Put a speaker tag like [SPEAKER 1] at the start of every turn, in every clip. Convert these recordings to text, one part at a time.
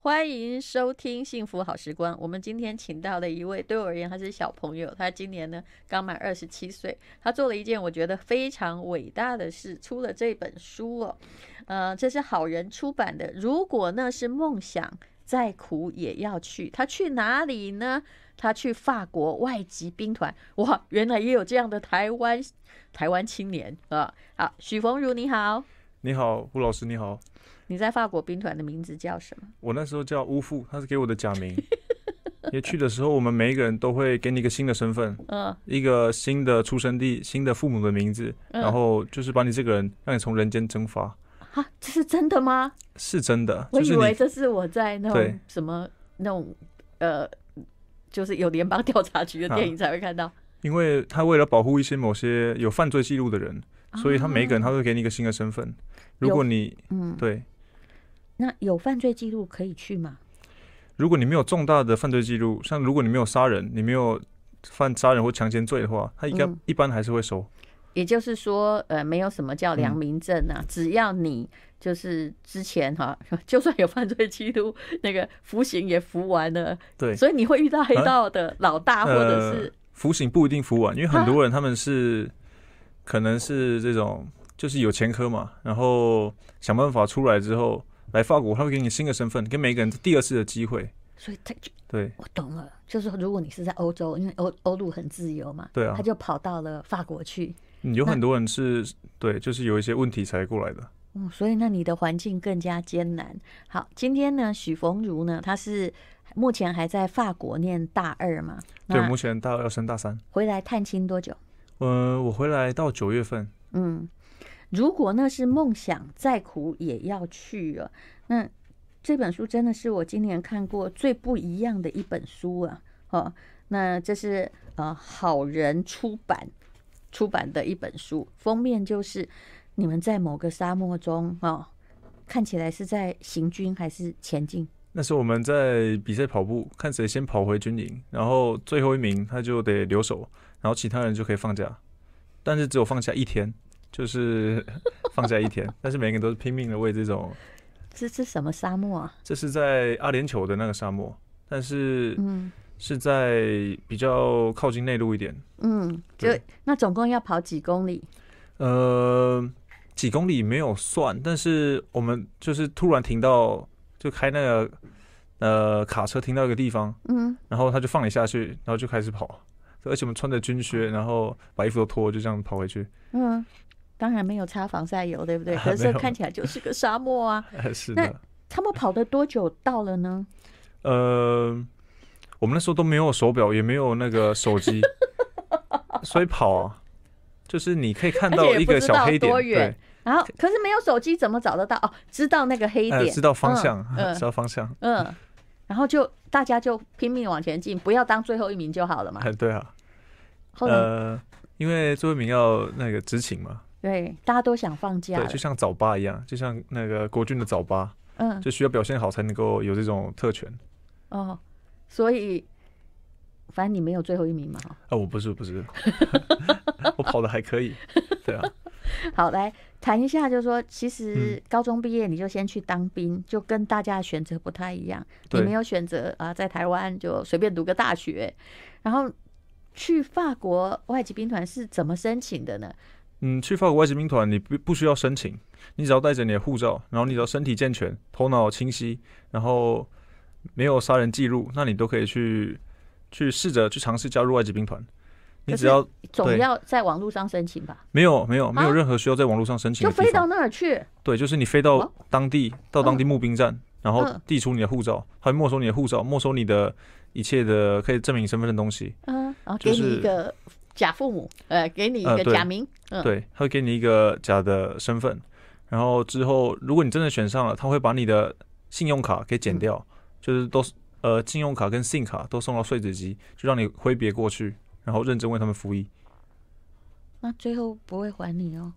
[SPEAKER 1] 欢迎收听《幸福好时光》。我们今天请到了一位，对我而言他是小朋友，他今年呢刚满二十七岁。他做了一件我觉得非常伟大的事，出了这本书哦。呃，这是好人出版的。如果那是梦想，再苦也要去。他去哪里呢？他去法国外籍兵团。哇，原来也有这样的台湾台湾青年啊！好，许逢如你好，
[SPEAKER 2] 你好，吴老师，你好。
[SPEAKER 1] 你在法国兵团的名字叫什么？
[SPEAKER 2] 我那时候叫乌富，他是给我的假 名。也去的时候，我们每一个人都会给你一个新的身份，
[SPEAKER 1] 嗯，
[SPEAKER 2] 一个新的出生地、新的父母的名字，
[SPEAKER 1] 嗯
[SPEAKER 2] 然后就是把你这个人让你从人间蒸发，
[SPEAKER 1] 啊，这是真的吗？
[SPEAKER 2] 是真的。
[SPEAKER 1] 我
[SPEAKER 2] 就
[SPEAKER 1] 以
[SPEAKER 2] 是
[SPEAKER 1] 为
[SPEAKER 2] 你
[SPEAKER 1] 这是我在那种
[SPEAKER 2] 对
[SPEAKER 1] 什么那种呃，就是有联邦 调查局的电
[SPEAKER 2] 啊
[SPEAKER 1] 影才会看到。
[SPEAKER 2] 因为他为了保护一些某些有犯罪记录的人，
[SPEAKER 1] 啊
[SPEAKER 2] 所以他每一个人他会给你一个新的身份。如果你
[SPEAKER 1] 嗯，
[SPEAKER 2] 对，
[SPEAKER 1] 那有犯罪记录可以去吗？
[SPEAKER 2] 如果你没有重大的犯罪记录，像如果你没有杀人，你没有犯杀人或强奸罪的话，他应该
[SPEAKER 1] 嗯
[SPEAKER 2] 一般还是会收。
[SPEAKER 1] 也就是说，呃，没有什么叫
[SPEAKER 2] 嗯
[SPEAKER 1] 良民证啊，只要你就是之前哈、 就算有犯罪记录，那个服刑也服完了，
[SPEAKER 2] 对，啊
[SPEAKER 1] 所以你会遇到黑道的老大、啊或者是啊
[SPEAKER 2] 呃、服刑不一定服完，因为很多人他们是、可能是这种就是有前科嘛，然后想办法出来之后来法国，他会给你新的身份，给每一个人第二次的机会。
[SPEAKER 1] 所以他就
[SPEAKER 2] 对
[SPEAKER 1] 我懂了，就是如果你是在欧洲，因为欧欧陆很自由嘛，
[SPEAKER 2] 对啊
[SPEAKER 1] 他，就跑到了法国去，
[SPEAKER 2] 嗯有很多人是对，就是有一些问题才过来的。
[SPEAKER 1] 嗯，所以那你的环境更加艰难。好，今天呢，许逢如呢，她是目前还在法国念大二嘛，
[SPEAKER 2] 对，
[SPEAKER 1] 那
[SPEAKER 2] 目前大二升大三，
[SPEAKER 1] 回来探亲多久？
[SPEAKER 2] 呃，我回来到九月份，
[SPEAKER 1] 嗯，如果那是梦想，再苦也要去啊。那这本书真的是我今年看过最不一样的一本书啊！哦，那这是呃好人出版出版的一本书，封面就是你们在某个沙漠中哦，看起来是在行军还是前进？
[SPEAKER 2] 那时候我们在比赛跑步，看谁先跑回军营，然后最后一名他就得留守，然后其他人就可以放假，但是只有放假一天，就是 放假一天， 但是每个人都是拼命的为这种，
[SPEAKER 1] 这是什么沙漠啊？
[SPEAKER 2] 这是在阿联酋的那个沙漠，但是
[SPEAKER 1] 嗯
[SPEAKER 2] 是在比较靠近内陆一点，
[SPEAKER 1] 嗯，就
[SPEAKER 2] 对
[SPEAKER 1] 那总共要跑几公里？
[SPEAKER 2] 呃，几公里没有算，但是我们就是突然停到，就开那个呃卡车停到一个地方，
[SPEAKER 1] 嗯，
[SPEAKER 2] 然后他就放你下去，然后就开始跑。而且我们穿着军靴，然后把衣服都脱，就这样跑回去。
[SPEAKER 1] 嗯，当然没有擦防晒油，对不对？
[SPEAKER 2] 啊
[SPEAKER 1] 可是
[SPEAKER 2] 没有
[SPEAKER 1] 看起来就是个沙漠 啊。
[SPEAKER 2] 是
[SPEAKER 1] 那，他们跑了多久到了呢？
[SPEAKER 2] 呃，我们那时候都没有手表，也没有那个 手机，所以跑啊，就是你可以看
[SPEAKER 1] 而且
[SPEAKER 2] 到
[SPEAKER 1] 也
[SPEAKER 2] 一
[SPEAKER 1] 不
[SPEAKER 2] 个
[SPEAKER 1] 知
[SPEAKER 2] 小
[SPEAKER 1] 道
[SPEAKER 2] 黑点，
[SPEAKER 1] 多远
[SPEAKER 2] 对，
[SPEAKER 1] 然后可是没有手机，怎么找得到？哦，知道那个黑
[SPEAKER 2] 呃，
[SPEAKER 1] 点，
[SPEAKER 2] 知道方向，
[SPEAKER 1] 嗯
[SPEAKER 2] 知道方向，
[SPEAKER 1] 嗯，嗯然后就大家就拼命往前进，不要当最后一名就好了嘛。
[SPEAKER 2] 哎，对啊，
[SPEAKER 1] 后来、
[SPEAKER 2] 呃，因为周慧敏要那个执勤嘛，
[SPEAKER 1] 对，大家都想放假
[SPEAKER 2] 对，
[SPEAKER 1] 了
[SPEAKER 2] 就，像早八一样，就像那个国军的早八，
[SPEAKER 1] 嗯，
[SPEAKER 2] 就需要表现好才能够有这种特权。
[SPEAKER 1] 哦，所以反正你没有最后一名嘛。哈
[SPEAKER 2] 啊、我不是不是， 我跑的还可以，对啊，
[SPEAKER 1] 好，来谈一下，就是说，其
[SPEAKER 2] 嗯
[SPEAKER 1] 实高中毕业你就先去当兵，就跟大家的选择不太一样。你
[SPEAKER 2] 对
[SPEAKER 1] 没有选择啊、在台湾就随便读个大学，然后去法国外籍兵团是怎么申请的呢？
[SPEAKER 2] 嗯，去法国外籍兵团你不不需要申请，你只要带着你的护照，然后你只要身体健全、头脑清晰，然后没有杀人记录，那你都可以去去试着去尝试加入外籍兵团。你
[SPEAKER 1] 可
[SPEAKER 2] 只
[SPEAKER 1] 是
[SPEAKER 2] 要
[SPEAKER 1] 总
[SPEAKER 2] 对
[SPEAKER 1] 要在网络上申请吧，
[SPEAKER 2] 没有没有没有
[SPEAKER 1] 啊
[SPEAKER 2] 任何需要在网络上申请
[SPEAKER 1] 就
[SPEAKER 2] 的地
[SPEAKER 1] 飞
[SPEAKER 2] 方，
[SPEAKER 1] 到那儿去。
[SPEAKER 2] 对，就是你飞到
[SPEAKER 1] 哦
[SPEAKER 2] 当地到当地募兵站，然后
[SPEAKER 1] 嗯
[SPEAKER 2] 递出你的护照，还没收你的护照，没收你的一切的可以证明你身份的东西。
[SPEAKER 1] 嗯，然后给
[SPEAKER 2] 就是
[SPEAKER 1] 你一个假父母，呃，给你一
[SPEAKER 2] 呃
[SPEAKER 1] 个
[SPEAKER 2] 对
[SPEAKER 1] 假名，嗯，
[SPEAKER 2] 对，他会给你一个假的身份，然后之后如果你真的选上了，他会把你的信用卡给减掉，
[SPEAKER 1] 嗯
[SPEAKER 2] 就是都是呃信用卡跟 SIM 卡都送到碎纸机，就让你挥别过去，然后认真为他们服役。
[SPEAKER 1] 那最后不会还你哦。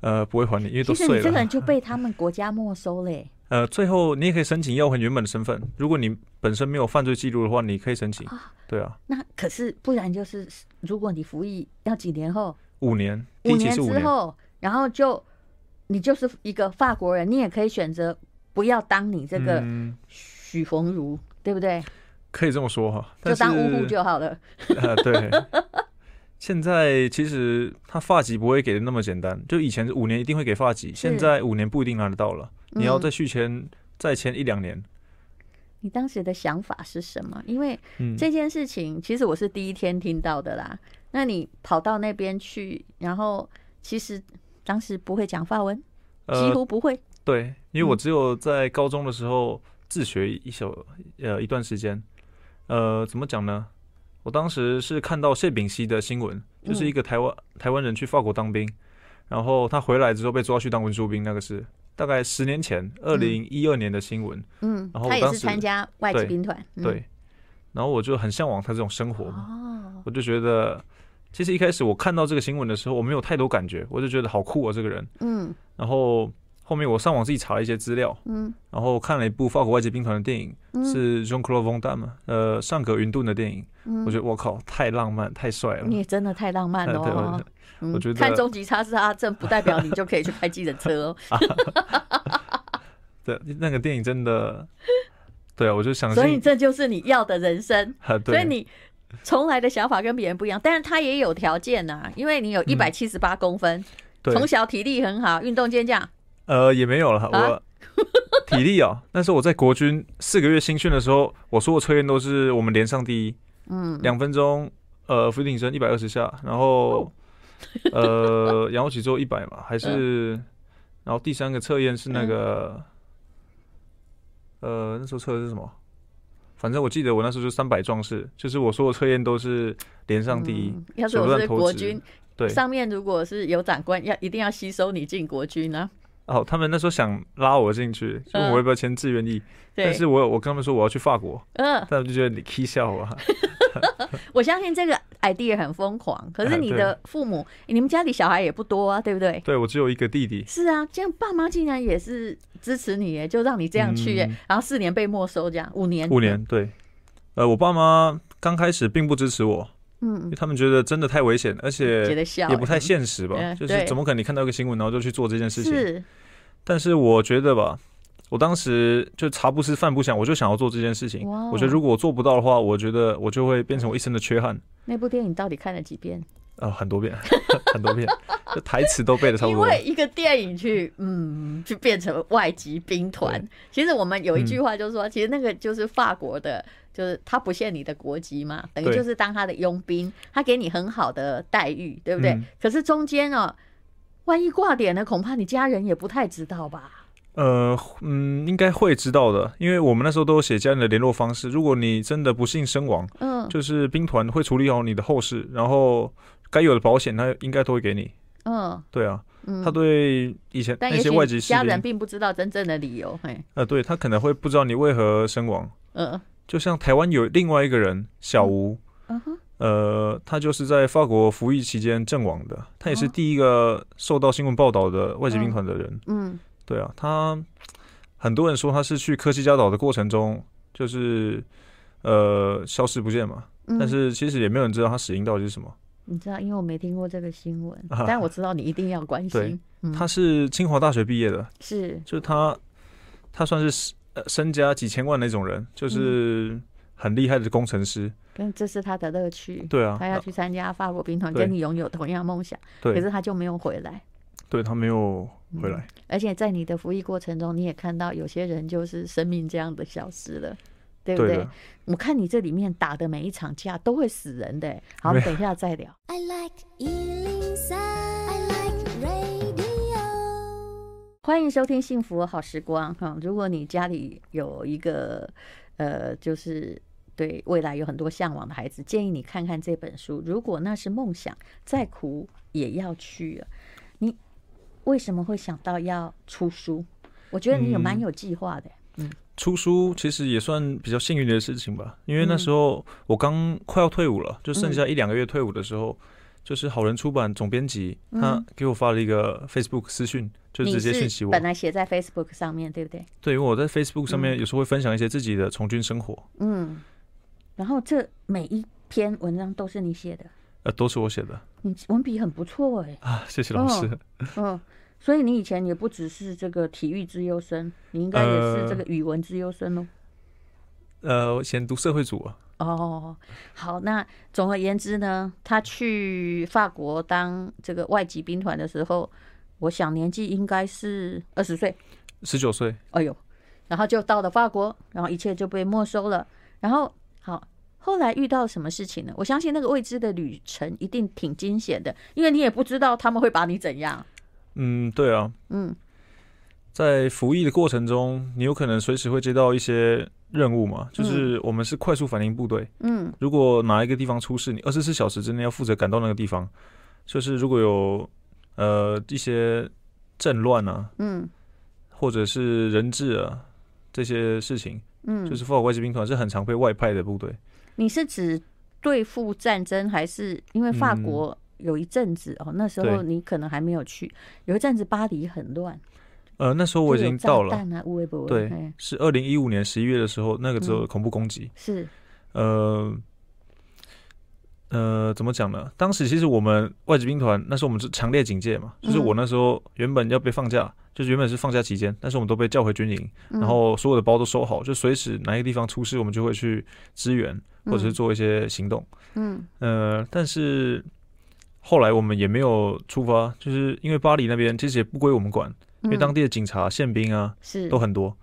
[SPEAKER 2] 呃，不会还你，因为
[SPEAKER 1] 其
[SPEAKER 2] 都
[SPEAKER 1] 实
[SPEAKER 2] 碎
[SPEAKER 1] 你这个
[SPEAKER 2] 了
[SPEAKER 1] 人。 就被他们国家没收嘞。
[SPEAKER 2] 呃，最后你也可以申请要回原本的身份，如果你本身没有犯罪记录的话，你可以申请
[SPEAKER 1] 啊。
[SPEAKER 2] 对啊，
[SPEAKER 1] 那可是不然就是，如果你服役要几年后，
[SPEAKER 2] 五年，第
[SPEAKER 1] 五
[SPEAKER 2] 一期
[SPEAKER 1] 年
[SPEAKER 2] 是五
[SPEAKER 1] 之
[SPEAKER 2] 年。
[SPEAKER 1] 后，然后就你就是一个法国人，你也可以选择不要当你这个
[SPEAKER 2] 嗯，
[SPEAKER 1] 许鸿儒，对不对？
[SPEAKER 2] 可以这么说哈。
[SPEAKER 1] 就
[SPEAKER 2] 但
[SPEAKER 1] 当
[SPEAKER 2] 是
[SPEAKER 1] 呜呼就好了。
[SPEAKER 2] 啊，对。 现在其实他发级不会给的那么简单，就以前五年一定会给发级，现在五年不一定拿得到了，你要
[SPEAKER 1] 嗯
[SPEAKER 2] 再续签再签一两年。
[SPEAKER 1] 你当时的想法是什么？因为
[SPEAKER 2] 嗯，
[SPEAKER 1] 这件事情其实我是第一天听到的啦。那你跑到那边去，然后其实当时不会讲法文，几
[SPEAKER 2] 呃，
[SPEAKER 1] 乎不会。
[SPEAKER 2] 对，因为我
[SPEAKER 1] 嗯
[SPEAKER 2] 只有在高中的时候自学一首呃一段时间，呃，怎么讲呢？我当时是看到谢炳熙的新闻，
[SPEAKER 1] 嗯
[SPEAKER 2] 就是一个台湾台湾人去法国当兵，然后他回来之后被抓去当文书兵，那个是大概十年前，二零一二年的新闻。
[SPEAKER 1] 嗯，
[SPEAKER 2] 然后
[SPEAKER 1] 他
[SPEAKER 2] 我
[SPEAKER 1] 也
[SPEAKER 2] 当
[SPEAKER 1] 是
[SPEAKER 2] 时
[SPEAKER 1] 参加外籍
[SPEAKER 2] 对
[SPEAKER 1] 兵团。嗯、
[SPEAKER 2] 对，然后我就很向往他这种生活嘛，
[SPEAKER 1] 哦，
[SPEAKER 2] 我就觉得，其实一开始我看到这个新闻的时候，我没有太多感觉，我就觉得好酷啊这个人。
[SPEAKER 1] 嗯
[SPEAKER 2] 然后后面我上网自己查了一些资料，
[SPEAKER 1] 嗯
[SPEAKER 2] 然后看了一部法国外籍兵团的电影，
[SPEAKER 1] 嗯，
[SPEAKER 2] 是 Jean Claude Van Damme，呃，上葛云顿的电影，
[SPEAKER 1] 嗯
[SPEAKER 2] 我觉得我靠，太浪漫，太帅了
[SPEAKER 1] 你。也真的太浪漫
[SPEAKER 2] 呃
[SPEAKER 1] 了、
[SPEAKER 2] 对
[SPEAKER 1] 哦
[SPEAKER 2] 我
[SPEAKER 1] 嗯
[SPEAKER 2] 我觉得
[SPEAKER 1] 看终极叉叉证不代表你就可以去开计程车哦，
[SPEAKER 2] 对，那个电影真的，对啊，我就想
[SPEAKER 1] 所以
[SPEAKER 2] 尽，
[SPEAKER 1] 这就是你要的人生。所
[SPEAKER 2] 啊，
[SPEAKER 1] 以
[SPEAKER 2] 对，
[SPEAKER 1] 你从来的想法跟别人不一样，但是他也有条件呐、因为你有一百七十八公分，
[SPEAKER 2] 嗯对，
[SPEAKER 1] 从小体力很好，运动健将，
[SPEAKER 2] 呃，也没有了，
[SPEAKER 1] 啊
[SPEAKER 2] 我体力哦，那时候我在国军四个月新训的时候，我所有测验都是我们连上第一，
[SPEAKER 1] 嗯，
[SPEAKER 2] 两分钟，呃，俯卧撑一百二十下，然后 呃，仰卧起坐一百嘛，还是，
[SPEAKER 1] 嗯
[SPEAKER 2] 然后第三个测验是那个，
[SPEAKER 1] 嗯
[SPEAKER 2] 呃，那时候测的是什么？反正我记得我那时候就三百壮士，就是我所有测验都是连上第一，
[SPEAKER 1] 嗯要是我
[SPEAKER 2] 手
[SPEAKER 1] 是
[SPEAKER 2] 段投
[SPEAKER 1] 国
[SPEAKER 2] 掷
[SPEAKER 1] 军，
[SPEAKER 2] 对，
[SPEAKER 1] 上面如果是有长官，要一定要吸收你进国军啊。
[SPEAKER 2] 哦，他们那时候想拉我进去，就问
[SPEAKER 1] 嗯
[SPEAKER 2] 我要不要签志愿役，但
[SPEAKER 1] 对，
[SPEAKER 2] 是我有我跟他们说我要去 法国，
[SPEAKER 1] 嗯、
[SPEAKER 2] 他们就觉得你 k 笑 我啊。
[SPEAKER 1] 我相信这个 idea 很疯狂，可是
[SPEAKER 2] 哎
[SPEAKER 1] 你
[SPEAKER 2] 对
[SPEAKER 1] 的父母，你们家里小孩也不多啊，对不对？
[SPEAKER 2] 对我只有一个弟弟，
[SPEAKER 1] 是啊，这样爸妈竟然也是支持你耶，就让你这样去耶，
[SPEAKER 2] 嗯
[SPEAKER 1] 然后四年被没收，这样五年，
[SPEAKER 2] 五，年。对，呃，我爸妈刚开始并不支持我，因
[SPEAKER 1] 嗯
[SPEAKER 2] 为，他们觉得真的太危险，而
[SPEAKER 1] 觉
[SPEAKER 2] 且
[SPEAKER 1] 得笑耶，
[SPEAKER 2] 也不太现实吧，
[SPEAKER 1] 嗯
[SPEAKER 2] 就
[SPEAKER 1] 对
[SPEAKER 2] 是怎么可能你看到一个新闻然后就去做这件事情？
[SPEAKER 1] 是，
[SPEAKER 2] 但是我觉得吧，我当时就茶不思饭不想，我就想要做这件事情
[SPEAKER 1] 哇哦。
[SPEAKER 2] 我觉得如果我做不到的话，我觉得我就会变成我一生的缺憾。
[SPEAKER 1] 那部电影到底看了几遍？
[SPEAKER 2] 呃，很多遍， 很多遍，就台词都背的差不
[SPEAKER 1] 因
[SPEAKER 2] 多。
[SPEAKER 1] 为一个电影去，嗯，去变成外籍兵团。其实我们有一句话
[SPEAKER 2] 嗯
[SPEAKER 1] 就是说，其实那个就是法国的，就是他不限你的国籍嘛，等于
[SPEAKER 2] 对
[SPEAKER 1] 就是当他的佣兵，他给你很好的待遇，对不对？
[SPEAKER 2] 嗯
[SPEAKER 1] 可是中间哦，万一挂点了，恐怕你家人也不太知道吧？
[SPEAKER 2] 呃，嗯，应该会知道的，因为我们那时候都有写家人的联络方式。如果你真的不幸身亡，
[SPEAKER 1] 嗯
[SPEAKER 2] 就是兵团会处理好你的后事，然后该有的保险他应该都会给你。
[SPEAKER 1] 嗯
[SPEAKER 2] 对啊，
[SPEAKER 1] 嗯
[SPEAKER 2] 他。对以前
[SPEAKER 1] 但
[SPEAKER 2] 那
[SPEAKER 1] 也
[SPEAKER 2] 些外
[SPEAKER 1] 许
[SPEAKER 2] 籍士
[SPEAKER 1] 家人
[SPEAKER 2] 兵，
[SPEAKER 1] 并不知道真正的理由，嘿，
[SPEAKER 2] 呃，对他可能会不知道你为何身亡。
[SPEAKER 1] 嗯
[SPEAKER 2] 就像台湾有另外一个人小吴，
[SPEAKER 1] 嗯哼，
[SPEAKER 2] 呃，他就是在法国服役期间阵亡的，他
[SPEAKER 1] 哦
[SPEAKER 2] 也是第一个受到新闻报道的外籍兵团的人。
[SPEAKER 1] 嗯
[SPEAKER 2] 对啊，他很多人说他是去科西嘉岛的过程中，就是呃消失不见嘛，
[SPEAKER 1] 嗯。
[SPEAKER 2] 但是其实也没有人知道他死因到底是什么。
[SPEAKER 1] 你知道，因为我没听过这个新闻，
[SPEAKER 2] 啊
[SPEAKER 1] 但我知道你一定要关心
[SPEAKER 2] 对。
[SPEAKER 1] 嗯
[SPEAKER 2] 他是清华大学毕业的，
[SPEAKER 1] 是
[SPEAKER 2] 就是他他算是呃身家几千万那种人，就是
[SPEAKER 1] 嗯
[SPEAKER 2] 很厉害的工程师。
[SPEAKER 1] 跟这是他的乐趣。
[SPEAKER 2] 对啊，
[SPEAKER 1] 他要
[SPEAKER 2] 那
[SPEAKER 1] 去参加法国兵团，
[SPEAKER 2] 对
[SPEAKER 1] 跟你拥有同样梦想，可
[SPEAKER 2] 对
[SPEAKER 1] 是他嗯就没有回来。
[SPEAKER 2] 对，他没有回来。
[SPEAKER 1] 而且在你的服役过程中，你也看到有些人就是生命这样的消失了，对不对？
[SPEAKER 2] 对的，
[SPEAKER 1] 我看你这里面打的每一场架都会死人的、欸好，我
[SPEAKER 2] 没
[SPEAKER 1] 们
[SPEAKER 2] 有
[SPEAKER 1] 等一下再聊。
[SPEAKER 3] I like Ealing Sound. I like radio.
[SPEAKER 1] 欢迎收听《幸福好时光》哈、如果你家里有一个呃，就是对未来有很多向往的孩子，建议你看看这本书。如果那是梦想，再苦也要去啊。你为什么会想到要出书？我觉得你有
[SPEAKER 2] 嗯
[SPEAKER 1] 蛮有计划的。
[SPEAKER 2] 出书其实也算比较幸运的事情吧，因为那
[SPEAKER 1] 嗯
[SPEAKER 2] 时候我刚快要退伍了，就剩下一两个月退伍的时候，就是好人出版总编辑他给我发了一个 Facebook 私讯，就
[SPEAKER 1] 嗯你
[SPEAKER 2] 直接
[SPEAKER 1] 是
[SPEAKER 2] 讯息我
[SPEAKER 1] 本。来写在 Facebook 上面对不对？
[SPEAKER 2] 对，因为我在 Facebook 上面
[SPEAKER 1] 嗯
[SPEAKER 2] 有时候会分享一些自己的从军生活，
[SPEAKER 1] 嗯。然后这每一篇文章都是你写的，
[SPEAKER 2] 呃，都是我写的
[SPEAKER 1] 你文笔很不错哎、
[SPEAKER 2] 啊，谢谢老师。
[SPEAKER 1] 嗯，所以你以前也不只是这个体育之优生，你应该也是这
[SPEAKER 2] 呃
[SPEAKER 1] 个语文之优生喽。
[SPEAKER 2] 呃，我先读社会组啊，
[SPEAKER 1] 哦，好，那总而言之呢，他去法国当这个外籍兵团的时候，我想年纪应该是二十岁，
[SPEAKER 2] 十九岁，
[SPEAKER 1] 哎呦，然后就到了法国，然后一切就被没收了。然后好，后来遇到什么事情呢？我相信那个未知的旅程一定挺惊险的，因为你也不知道他们会把你怎样。
[SPEAKER 2] 嗯，对啊，
[SPEAKER 1] 嗯，
[SPEAKER 2] 在服役的过程中，你有可能随时会接到一些任务嘛，就是我们是快速反应部队，
[SPEAKER 1] 嗯，
[SPEAKER 2] 如果哪一个地方出事，你二十四小时之内要负责赶到那个地方，就是如果有呃一些战乱啊，
[SPEAKER 1] 嗯
[SPEAKER 2] 或者是人质啊这些事情，
[SPEAKER 1] 嗯，
[SPEAKER 2] 就是法国外籍兵团是很常被外派的部队。
[SPEAKER 1] 你是指对付战争，还是因为法
[SPEAKER 2] 嗯
[SPEAKER 1] 国有一阵子、哦，那时候
[SPEAKER 2] 对
[SPEAKER 1] 你可能还没有去，有一阵子巴黎很乱，
[SPEAKER 2] 呃，那时候我已经
[SPEAKER 1] 就有
[SPEAKER 2] 到
[SPEAKER 1] 炸
[SPEAKER 2] 了，
[SPEAKER 1] 弹啊，无微不微，
[SPEAKER 2] 对
[SPEAKER 1] 嘿，
[SPEAKER 2] 是二零一五年十一月的时候，那个
[SPEAKER 1] 嗯
[SPEAKER 2] 时候的恐怖攻击，
[SPEAKER 1] 是，
[SPEAKER 2] 呃。呃，怎么讲呢？当时其实我们外籍兵团，那时候我们是强烈警戒嘛，就是
[SPEAKER 1] 嗯
[SPEAKER 2] 我那时候原本要被放假，就是原本是放假期间，但是我们都被叫回军营，
[SPEAKER 1] 嗯
[SPEAKER 2] 然后所有的包都收好，就随时哪一个地方出事，我们就会去支援或者是做一些行动。
[SPEAKER 1] 嗯
[SPEAKER 2] 呃，但是后来我们也没有出发，就是因为巴黎那边其实也不归我们管，因
[SPEAKER 1] 嗯
[SPEAKER 2] 为当地的警察、宪兵啊
[SPEAKER 1] 是
[SPEAKER 2] 都很多。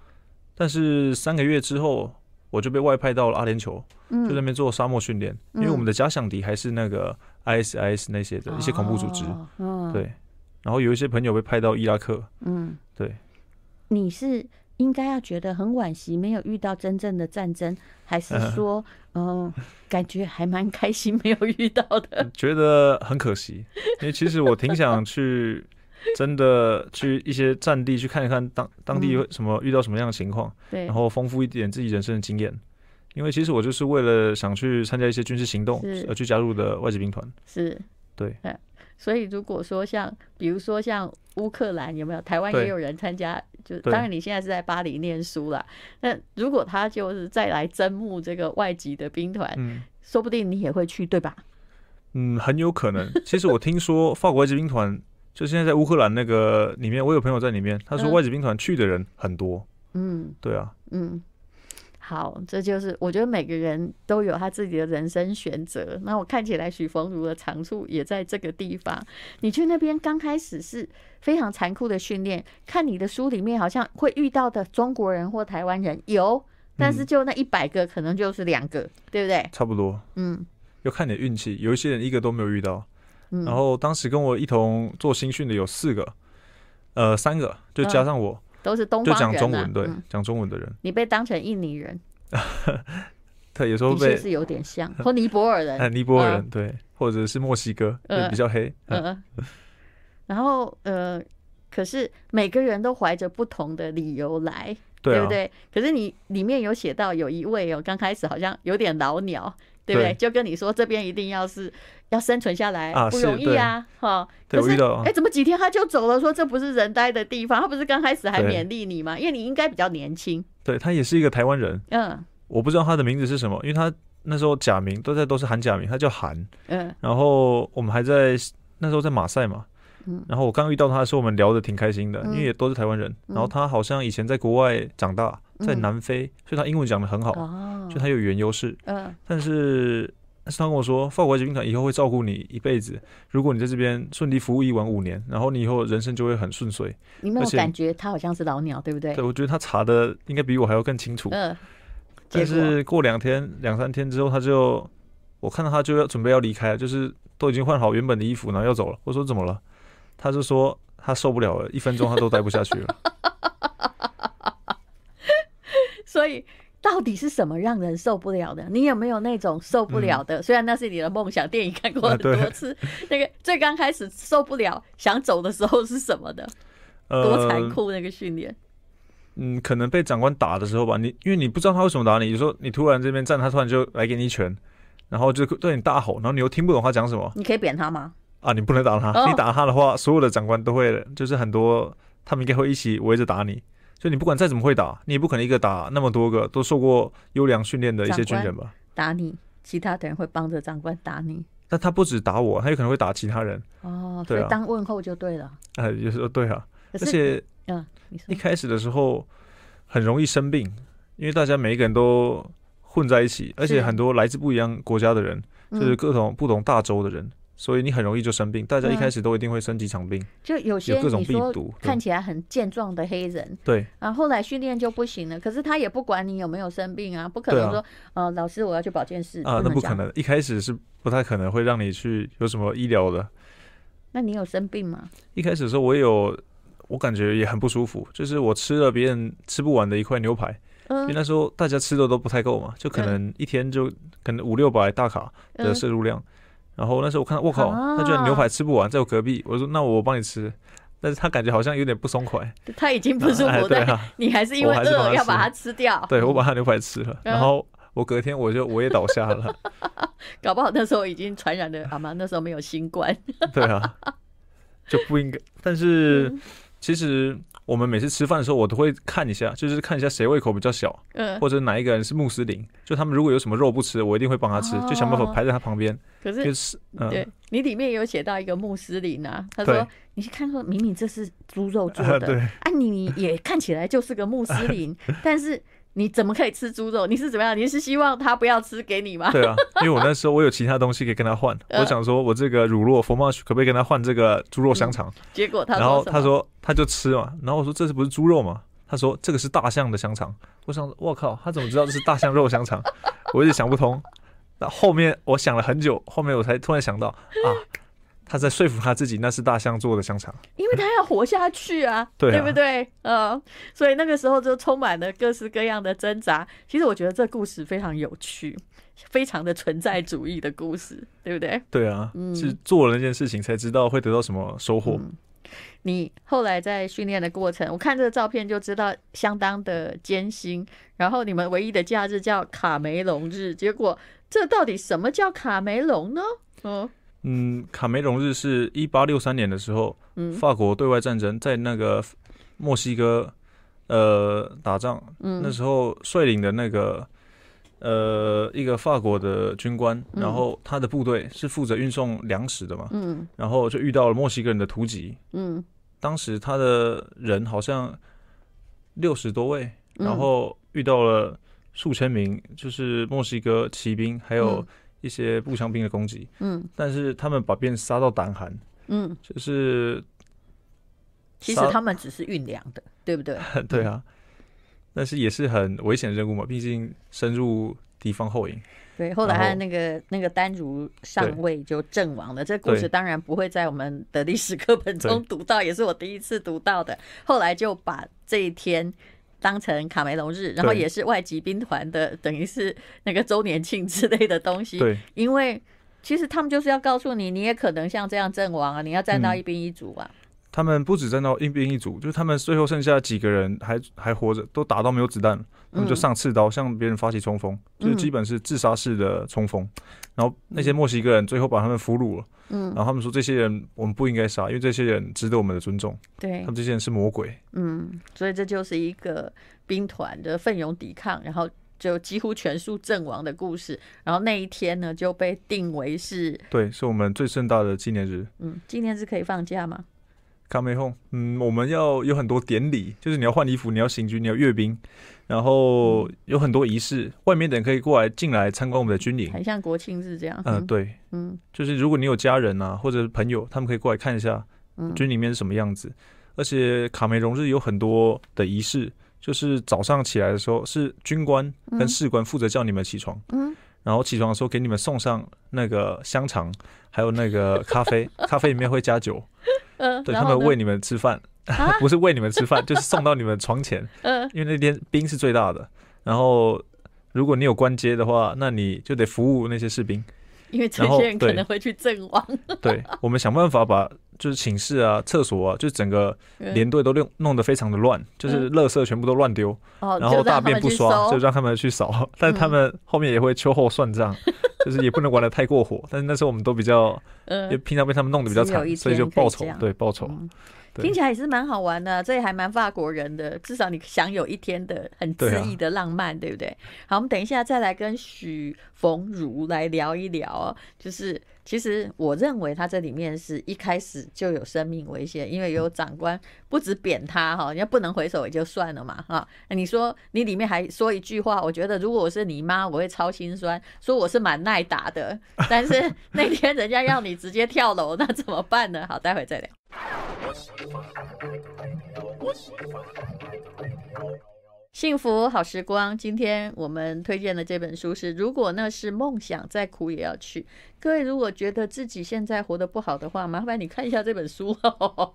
[SPEAKER 2] 但是三个月之后，我就被外派到了阿联酋，就在那
[SPEAKER 1] 嗯
[SPEAKER 2] 边做沙漠训练，因为我们的假想敌还是那个 ISIS 那些的一些恐怖组织，
[SPEAKER 1] 哦嗯，
[SPEAKER 2] 对。然后有一些朋友被派到伊拉克，
[SPEAKER 1] 嗯，
[SPEAKER 2] 对，
[SPEAKER 1] 你是应该要觉得很惋惜，没有遇到真正的战争，还是
[SPEAKER 2] 嗯
[SPEAKER 1] 说，嗯，感觉还蛮开心没有遇到的？
[SPEAKER 2] 觉得很可惜，因为其实我挺想去，真的去一些战地去看一看当当地
[SPEAKER 1] 嗯
[SPEAKER 2] 有什么遇到什么样的情况，
[SPEAKER 1] 对
[SPEAKER 2] 然，后丰富一点自己人生的经验。因为其实我就是为了想去参加一些军事行动
[SPEAKER 1] 是
[SPEAKER 2] 而去加入的外籍兵团。
[SPEAKER 1] 是，
[SPEAKER 2] 对
[SPEAKER 1] 呃。所以如果说像，比如说像乌克兰有没有？台湾
[SPEAKER 2] 对
[SPEAKER 1] 也有人参加，就是
[SPEAKER 2] 对
[SPEAKER 1] 当然你现在是在巴黎念书啦。那如果他就是再来征募这个外籍的兵团，
[SPEAKER 2] 嗯
[SPEAKER 1] 说不定你也会去，对吧？
[SPEAKER 2] 嗯，很有可能。其实我听说法国外籍兵团就现在在乌克兰那个里面，我有朋友在里面，他说
[SPEAKER 1] 嗯
[SPEAKER 2] 外籍兵团去的人很多。
[SPEAKER 1] 嗯
[SPEAKER 2] 对啊，
[SPEAKER 1] 嗯。好，这就是我觉得每个人都有他自己的人生选择。那我看起来许逢如的长处也在这个地方。你去那边刚开始是非常残酷的训练，看你的书里面好像会遇到的中国人或台湾人有，但
[SPEAKER 2] 嗯
[SPEAKER 1] 是就那一百个可能就是两个，对不对？
[SPEAKER 2] 差不多。
[SPEAKER 1] 嗯
[SPEAKER 2] 要看你的运气，有一些人一个都没有遇到。
[SPEAKER 1] 嗯，
[SPEAKER 2] 然后当时跟我一同做新训的有四个，呃，三个就加上我，
[SPEAKER 1] 都是东
[SPEAKER 2] 就
[SPEAKER 1] 方
[SPEAKER 2] 讲
[SPEAKER 1] 人、啊、
[SPEAKER 2] 中文，对
[SPEAKER 1] 嗯，
[SPEAKER 2] 讲中文的人，
[SPEAKER 1] 你被当成印尼人，
[SPEAKER 2] 他有时候
[SPEAKER 1] 的确
[SPEAKER 2] 被
[SPEAKER 1] 是有点像，或尼泊尔 人
[SPEAKER 2] 哎，尼泊尔
[SPEAKER 1] 嗯
[SPEAKER 2] 人对，或者是墨西哥，
[SPEAKER 1] 嗯
[SPEAKER 2] 就比较黑，嗯
[SPEAKER 1] 嗯，然后呃，可是每个人都怀着不同的理由来，
[SPEAKER 2] 对啊
[SPEAKER 1] 不，对？可是你里面有写到有一位哦，刚开始好像有点老鸟，对不对？
[SPEAKER 2] 对
[SPEAKER 1] 就跟你说这边一定要是要生存下来，
[SPEAKER 2] 啊
[SPEAKER 1] 不
[SPEAKER 2] 是
[SPEAKER 1] 容易啊，哈、
[SPEAKER 2] 对
[SPEAKER 1] 可
[SPEAKER 2] 我遇
[SPEAKER 1] 是
[SPEAKER 2] 到啊
[SPEAKER 1] 哎，怎么几天他就走了？说这不是人待的地方，他不是刚开始还
[SPEAKER 2] 对
[SPEAKER 1] 勉励你吗？因为你应该比较年轻，
[SPEAKER 2] 对他也是一个台湾人，
[SPEAKER 1] 嗯
[SPEAKER 2] 我不知道他的名字是什么，因为他那时候假名都在都是韩假名，他叫韩。
[SPEAKER 1] 嗯
[SPEAKER 2] 然后我们还在那时候在马赛嘛
[SPEAKER 1] 嗯，
[SPEAKER 2] 然后我刚遇到他的时候，我们聊得挺开心的，
[SPEAKER 1] 嗯
[SPEAKER 2] 因为也都是台湾人。
[SPEAKER 1] 嗯
[SPEAKER 2] 然后他好像以前在国外长大，在
[SPEAKER 1] 嗯
[SPEAKER 2] 南非，所以他英文讲得很好，
[SPEAKER 1] 哦
[SPEAKER 2] 就，他有语言优势。
[SPEAKER 1] 嗯
[SPEAKER 2] 但是，但是他跟我说，法国外籍兵团以后会照顾你一辈子。如果你在这边顺利服务一晚五年，然后你以后人生就会很顺遂。
[SPEAKER 1] 你没有
[SPEAKER 2] 而且
[SPEAKER 1] 感觉他好像是老鸟，对不对？
[SPEAKER 2] 对，我觉得他查的应该比我还要更清楚。
[SPEAKER 1] 嗯，结
[SPEAKER 2] 但
[SPEAKER 1] 果啊
[SPEAKER 2] 是过两天、两三天之后，他就我看到他就要准备要离开了，就是都已经换好原本的衣服，然后要走了。我说怎么了？他就说他受不了了，一分钟他都待不下去了。
[SPEAKER 1] 所以到底是什么让人受不了的？你有没有那种受不了的？虽然那是你的梦想，电影看过
[SPEAKER 2] 嗯啊
[SPEAKER 1] 很多
[SPEAKER 2] 对
[SPEAKER 1] 次。那个最刚开始受不了想走的时候是什么的？ 多残
[SPEAKER 2] 呃，
[SPEAKER 1] 酷那个训练。
[SPEAKER 2] 嗯，可能被长官打的时候吧，你因为你不知道他为什么打你，有时候你突然这边站，他突然就来给你一拳，然后就对你大吼，然后你又听不懂他讲什么。
[SPEAKER 1] 你可以扁他吗？
[SPEAKER 2] 啊，你不能打他，
[SPEAKER 1] 哦
[SPEAKER 2] 你打他的话，所有的长官都会，就是很多他们应该会一起围着打你。所以你不管再怎么会打，你也不可能一个打那么多个都受过优良训练的一些军人吧？
[SPEAKER 1] 打你，其他的人会帮着长官打你。
[SPEAKER 2] 但他不止打我，他有可能会打其他人。
[SPEAKER 1] 哦，所
[SPEAKER 2] 对啊
[SPEAKER 1] 以当问候就对了。
[SPEAKER 2] 啊，有时候对啊，
[SPEAKER 1] 可
[SPEAKER 2] 而
[SPEAKER 1] 是，
[SPEAKER 2] 且
[SPEAKER 1] 嗯，你说
[SPEAKER 2] 一，开始的时候很容易生病，因为大家每一个人都混在一起，而且很多来自不一样国家的人，就是
[SPEAKER 1] 嗯，
[SPEAKER 2] 各种不同大洲的人，所以你很容易就生病。大家一开始都一定会生几场病，
[SPEAKER 1] 就有些
[SPEAKER 2] 有各种
[SPEAKER 1] 你
[SPEAKER 2] 病
[SPEAKER 1] 说
[SPEAKER 2] 毒对
[SPEAKER 1] 看起来很健壮的黑人，
[SPEAKER 2] 对
[SPEAKER 1] 啊，后来训练就不行了，可是他也不管你有没有生病啊，不可
[SPEAKER 2] 对
[SPEAKER 1] 能
[SPEAKER 2] 啊
[SPEAKER 1] 说，呃，老师我要去保健室
[SPEAKER 2] 啊、那
[SPEAKER 1] 能
[SPEAKER 2] 不
[SPEAKER 1] 这
[SPEAKER 2] 可
[SPEAKER 1] 样。
[SPEAKER 2] 能，一开始是不太可能会让你去有什么医疗的。
[SPEAKER 1] 那你有生病吗？
[SPEAKER 2] 一开始的时候我也有，我感觉也很不舒服，就是我吃了别人吃不完的一块牛排，因为
[SPEAKER 1] 嗯
[SPEAKER 2] 那时候大家吃的都不太够嘛，就可能一天就可能五六百大卡的
[SPEAKER 1] 嗯，
[SPEAKER 2] 摄入量。然后那时候我看，我靠，
[SPEAKER 1] 啊
[SPEAKER 2] 他居然牛排吃不完，在我隔壁，我说那我帮你吃，但是他感觉好像有点不松快，
[SPEAKER 1] 呃他已经不舒
[SPEAKER 2] 哎
[SPEAKER 1] 服，
[SPEAKER 2] 对
[SPEAKER 1] 但
[SPEAKER 2] 啊，
[SPEAKER 1] 你还是因为
[SPEAKER 2] 我还是把
[SPEAKER 1] 饿
[SPEAKER 2] 它
[SPEAKER 1] 要
[SPEAKER 2] 吃
[SPEAKER 1] 把它吃掉。
[SPEAKER 2] 对我把他牛排吃了，
[SPEAKER 1] 嗯
[SPEAKER 2] 然后我隔天我就我也倒下了，
[SPEAKER 1] 搞不好那时候已经传染了阿妈，那时候没有新冠。
[SPEAKER 2] 对啊，就不应该。但是
[SPEAKER 1] 嗯
[SPEAKER 2] 其实我们每次吃饭的时候，我都会看一下，就是看一下谁胃口比较小，
[SPEAKER 1] 嗯，
[SPEAKER 2] 或者哪一个人是穆斯林，就他们如果有什么肉不吃，我一定会帮他吃，就想办法
[SPEAKER 1] 哦
[SPEAKER 2] 排在他旁边，
[SPEAKER 1] 可是
[SPEAKER 2] 就是嗯，
[SPEAKER 1] 对你里面有写到一个穆斯林啊，他
[SPEAKER 2] 对
[SPEAKER 1] 说你去看说明明这是猪肉做的，
[SPEAKER 2] 对
[SPEAKER 1] 啊，你也看起来就是个穆斯 林，但是你怎么可以吃猪肉？你是怎么样？你是希望他不要吃给你吗？
[SPEAKER 2] 对啊，因为我那时候我有其他东西可以跟他换，
[SPEAKER 1] 嗯
[SPEAKER 2] 我想说我这个乳酪 fromage 可不可以跟他换这个猪肉香肠？
[SPEAKER 1] 结果他
[SPEAKER 2] 然后
[SPEAKER 1] 说什
[SPEAKER 2] 他
[SPEAKER 1] 么？
[SPEAKER 2] 说他就吃嘛，然后我说这是不是猪肉嘛？他说这个是大象的香肠。我想我靠，他怎么知道这是大象肉香肠？ 我一直想不通。那后面我想了很久，后面我才突然想到啊，他在说服他自己那是大象做的香肠。
[SPEAKER 1] 因为他要活下去啊，
[SPEAKER 2] 对啊
[SPEAKER 1] 不对？呃，所以那个时候就充满了各式各样的挣扎。其实我觉得这故事非常有趣，非常的存在主义的故事，对不对？
[SPEAKER 2] 对啊，
[SPEAKER 1] 嗯
[SPEAKER 2] 是做了那件事情才知道会得到什么收获。
[SPEAKER 1] 你后来在训练的过程，我看这个照片就知道相当的艰辛。然后你们唯一的假日叫卡梅隆日，结果这到底什么叫卡梅隆呢？嗯
[SPEAKER 2] 嗯，卡梅隆日是一八六三年的时候，
[SPEAKER 1] 嗯
[SPEAKER 2] 法国对外战争在那个墨西哥呃打仗，那
[SPEAKER 1] 嗯
[SPEAKER 2] 时候率领的那个呃一个法国的军官，
[SPEAKER 1] 嗯
[SPEAKER 2] 然后他的部队是负责运送粮食的嘛，
[SPEAKER 1] 嗯
[SPEAKER 2] 然后就遇到了墨西哥人的突击，
[SPEAKER 1] 嗯，
[SPEAKER 2] 当时他的人好像六十多位，
[SPEAKER 1] 嗯
[SPEAKER 2] 然后遇到了数千名就是墨西哥骑兵，还有
[SPEAKER 1] 嗯
[SPEAKER 2] 一些步枪兵的攻击，
[SPEAKER 1] 嗯
[SPEAKER 2] 但是他们把便杀到胆寒，
[SPEAKER 1] 嗯，
[SPEAKER 2] 就是
[SPEAKER 1] 其实
[SPEAKER 2] 杀
[SPEAKER 1] 他们只是运粮的，对不对？
[SPEAKER 2] 对啊，但是也是很危险的任务嘛，毕竟深入敌方后营。
[SPEAKER 1] 对，后来
[SPEAKER 2] 然
[SPEAKER 1] 他
[SPEAKER 2] 后
[SPEAKER 1] 那个那个丹如上
[SPEAKER 2] 对
[SPEAKER 1] 位就阵亡了。这故事
[SPEAKER 2] 对
[SPEAKER 1] 当然不会在我们的历史课本中读到，也是我第一次读到的。后来就把这一天当成卡梅隆日，然后
[SPEAKER 2] 对
[SPEAKER 1] 也是外籍兵团的，等于是那个周年庆之类的东西。
[SPEAKER 2] 对，
[SPEAKER 1] 因为其实他们就是要告诉你，你也可能像这样阵亡啊，你要站到
[SPEAKER 2] 嗯
[SPEAKER 1] 一兵一卒啊。
[SPEAKER 2] 他们不止站到一兵一卒，就是他们最后剩下几个人还还活着，都打到没有子弹了，他们就上刺
[SPEAKER 1] 嗯
[SPEAKER 2] 刀向别人发起冲锋，就是基本是自杀式的冲锋。然后那些墨西哥人最后把他们俘虏了，
[SPEAKER 1] 嗯
[SPEAKER 2] 然后他们说这些人我们不应该杀，因为这些人值得我们的尊重，
[SPEAKER 1] 对
[SPEAKER 2] 他，们这些人是魔鬼。
[SPEAKER 1] 嗯，所以这就是一个兵团的奋勇抵抗，然后就几乎全数阵亡的故事。然后那一天呢，就被定为是，
[SPEAKER 2] 对，是我们最盛大的纪念日。
[SPEAKER 1] 嗯，今天是可以放假吗？
[SPEAKER 2] 卡梅轰，嗯，我们要有很多典礼，就是你要换衣服，你要行军，你要阅兵，然后有很多仪式，外面的人可以过来进来参观我们的军营。
[SPEAKER 1] 很像国庆日这样。
[SPEAKER 2] 嗯、对，
[SPEAKER 1] 嗯
[SPEAKER 2] 就是如果你有家人啊或者朋友，他们可以过来看一下
[SPEAKER 1] 嗯
[SPEAKER 2] 军里面是什么样子。而且卡梅隆日有很多的仪式，就是早上起来的时候是军官跟士官负责叫你们起床，
[SPEAKER 1] 嗯
[SPEAKER 2] 然后起床的时候给你们送上那个香肠，还有那个咖啡，咖啡里面会加酒，
[SPEAKER 1] 呃，
[SPEAKER 2] 对
[SPEAKER 1] 然
[SPEAKER 2] 他
[SPEAKER 1] 后
[SPEAKER 2] 们
[SPEAKER 1] 呢啊
[SPEAKER 2] 喂你们吃饭， 不是喂你们 吃饭，就是送到你们床前，
[SPEAKER 1] 呃
[SPEAKER 2] 因为那天兵是最大的，然后。如果你有关街的话，那你就得服务那些 士兵。
[SPEAKER 1] 因为这
[SPEAKER 2] 然后
[SPEAKER 1] 些人可
[SPEAKER 2] 对
[SPEAKER 1] 能会去阵 亡，
[SPEAKER 2] 对我们想办法把就是寝室啊、厕所啊，就整个
[SPEAKER 1] 嗯
[SPEAKER 2] 连队都弄弄得非常的乱，就是垃圾全部都乱丢，
[SPEAKER 1] 哦，
[SPEAKER 2] 然后
[SPEAKER 1] 就
[SPEAKER 2] 大
[SPEAKER 1] 让他
[SPEAKER 2] 便
[SPEAKER 1] 们
[SPEAKER 2] 不
[SPEAKER 1] 去嗯
[SPEAKER 2] 刷，就
[SPEAKER 1] 收。
[SPEAKER 2] 让他们去扫。但他们后面也会秋后算账，就是也不能玩的太过火。但是那时候我们都比较，
[SPEAKER 1] 嗯
[SPEAKER 2] 也，平常被他们弄得比较
[SPEAKER 1] 只有一
[SPEAKER 2] 惨，所以
[SPEAKER 1] 天
[SPEAKER 2] 就
[SPEAKER 1] 可以
[SPEAKER 2] 报
[SPEAKER 1] 这
[SPEAKER 2] 仇
[SPEAKER 1] 样，
[SPEAKER 2] 对报仇。
[SPEAKER 1] 嗯
[SPEAKER 2] 对
[SPEAKER 1] 听起来也是蛮好玩的，这也还蛮法国人的，至少你享有一天的很恣
[SPEAKER 2] 对啊
[SPEAKER 1] 意的浪漫，对不对？好，我们等一下再来跟许逢如来聊一聊哦，就是其实我认为他这里面是一开始就有生命危险，因为有长官不止贬他哈，人家不能回首也就算了嘛哈。那你说你里面还说一句话，我觉得如果我是你妈，我会超心酸，说我是蛮耐打的，但是那天人家要你直接跳楼，那怎么办呢？好，待会再聊。幸福好时光，今天我们推荐的这本书是《如果那是梦想，再苦也要去》。各位如果觉得自己现在活得不好的话，麻烦你看一下这本书。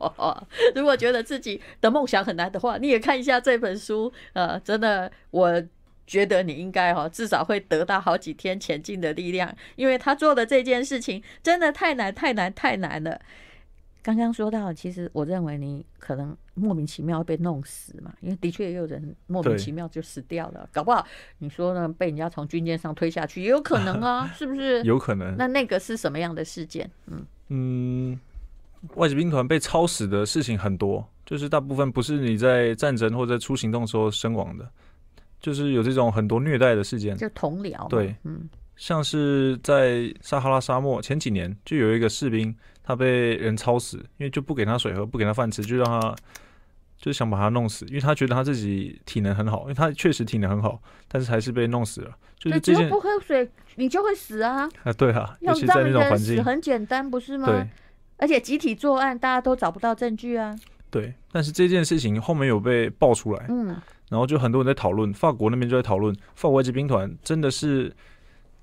[SPEAKER 1] 如果觉得自己的梦想很难的话，你也看一下这本书。呃，真的，我觉得你应该哦，至少会得到好几天前进的力量，因为他做的这件事情真的太难、太难、太难了。刚刚说到，其实我认为你可能莫名其妙被弄死嘛，因为的确也有人莫名
[SPEAKER 2] 对
[SPEAKER 1] 其妙就死掉了，搞不好你说呢？被人家从军舰上推下去也有可能 啊，是不是？
[SPEAKER 2] 有可能。
[SPEAKER 1] 那那个是什么样的事件？嗯，
[SPEAKER 2] 嗯，外籍兵团被超死的事情很多，就是大部分不是你在战争或者出行动时候身亡的，就是有这种很多虐待的事件。
[SPEAKER 1] 就同僚嘛。
[SPEAKER 2] 嗯对
[SPEAKER 1] 嗯，
[SPEAKER 2] 像是在撒哈拉沙漠前几年，就有一个士兵他被人操死，因为就不给他水喝，不给他饭吃，就让他就是想把他弄死，因为他觉得他自己体能很好，因为他确实体能很好，但是还是被弄死了。就
[SPEAKER 1] 对，
[SPEAKER 2] 是
[SPEAKER 1] 只
[SPEAKER 2] 这
[SPEAKER 1] 要
[SPEAKER 2] 件
[SPEAKER 1] 不喝水，你就会死啊！
[SPEAKER 2] 啊，对啊，尤
[SPEAKER 1] 要
[SPEAKER 2] 其在
[SPEAKER 1] 让
[SPEAKER 2] 那种环
[SPEAKER 1] 人死
[SPEAKER 2] 境，
[SPEAKER 1] 很简单，不是
[SPEAKER 2] 对
[SPEAKER 1] 吗？而且集体作案，大家都找不到证据啊。
[SPEAKER 2] 对。但是这件事情后面有被爆出来，
[SPEAKER 1] 嗯，
[SPEAKER 2] 然后就很多人在讨论，法国那边就在讨论，法国外籍兵团真的是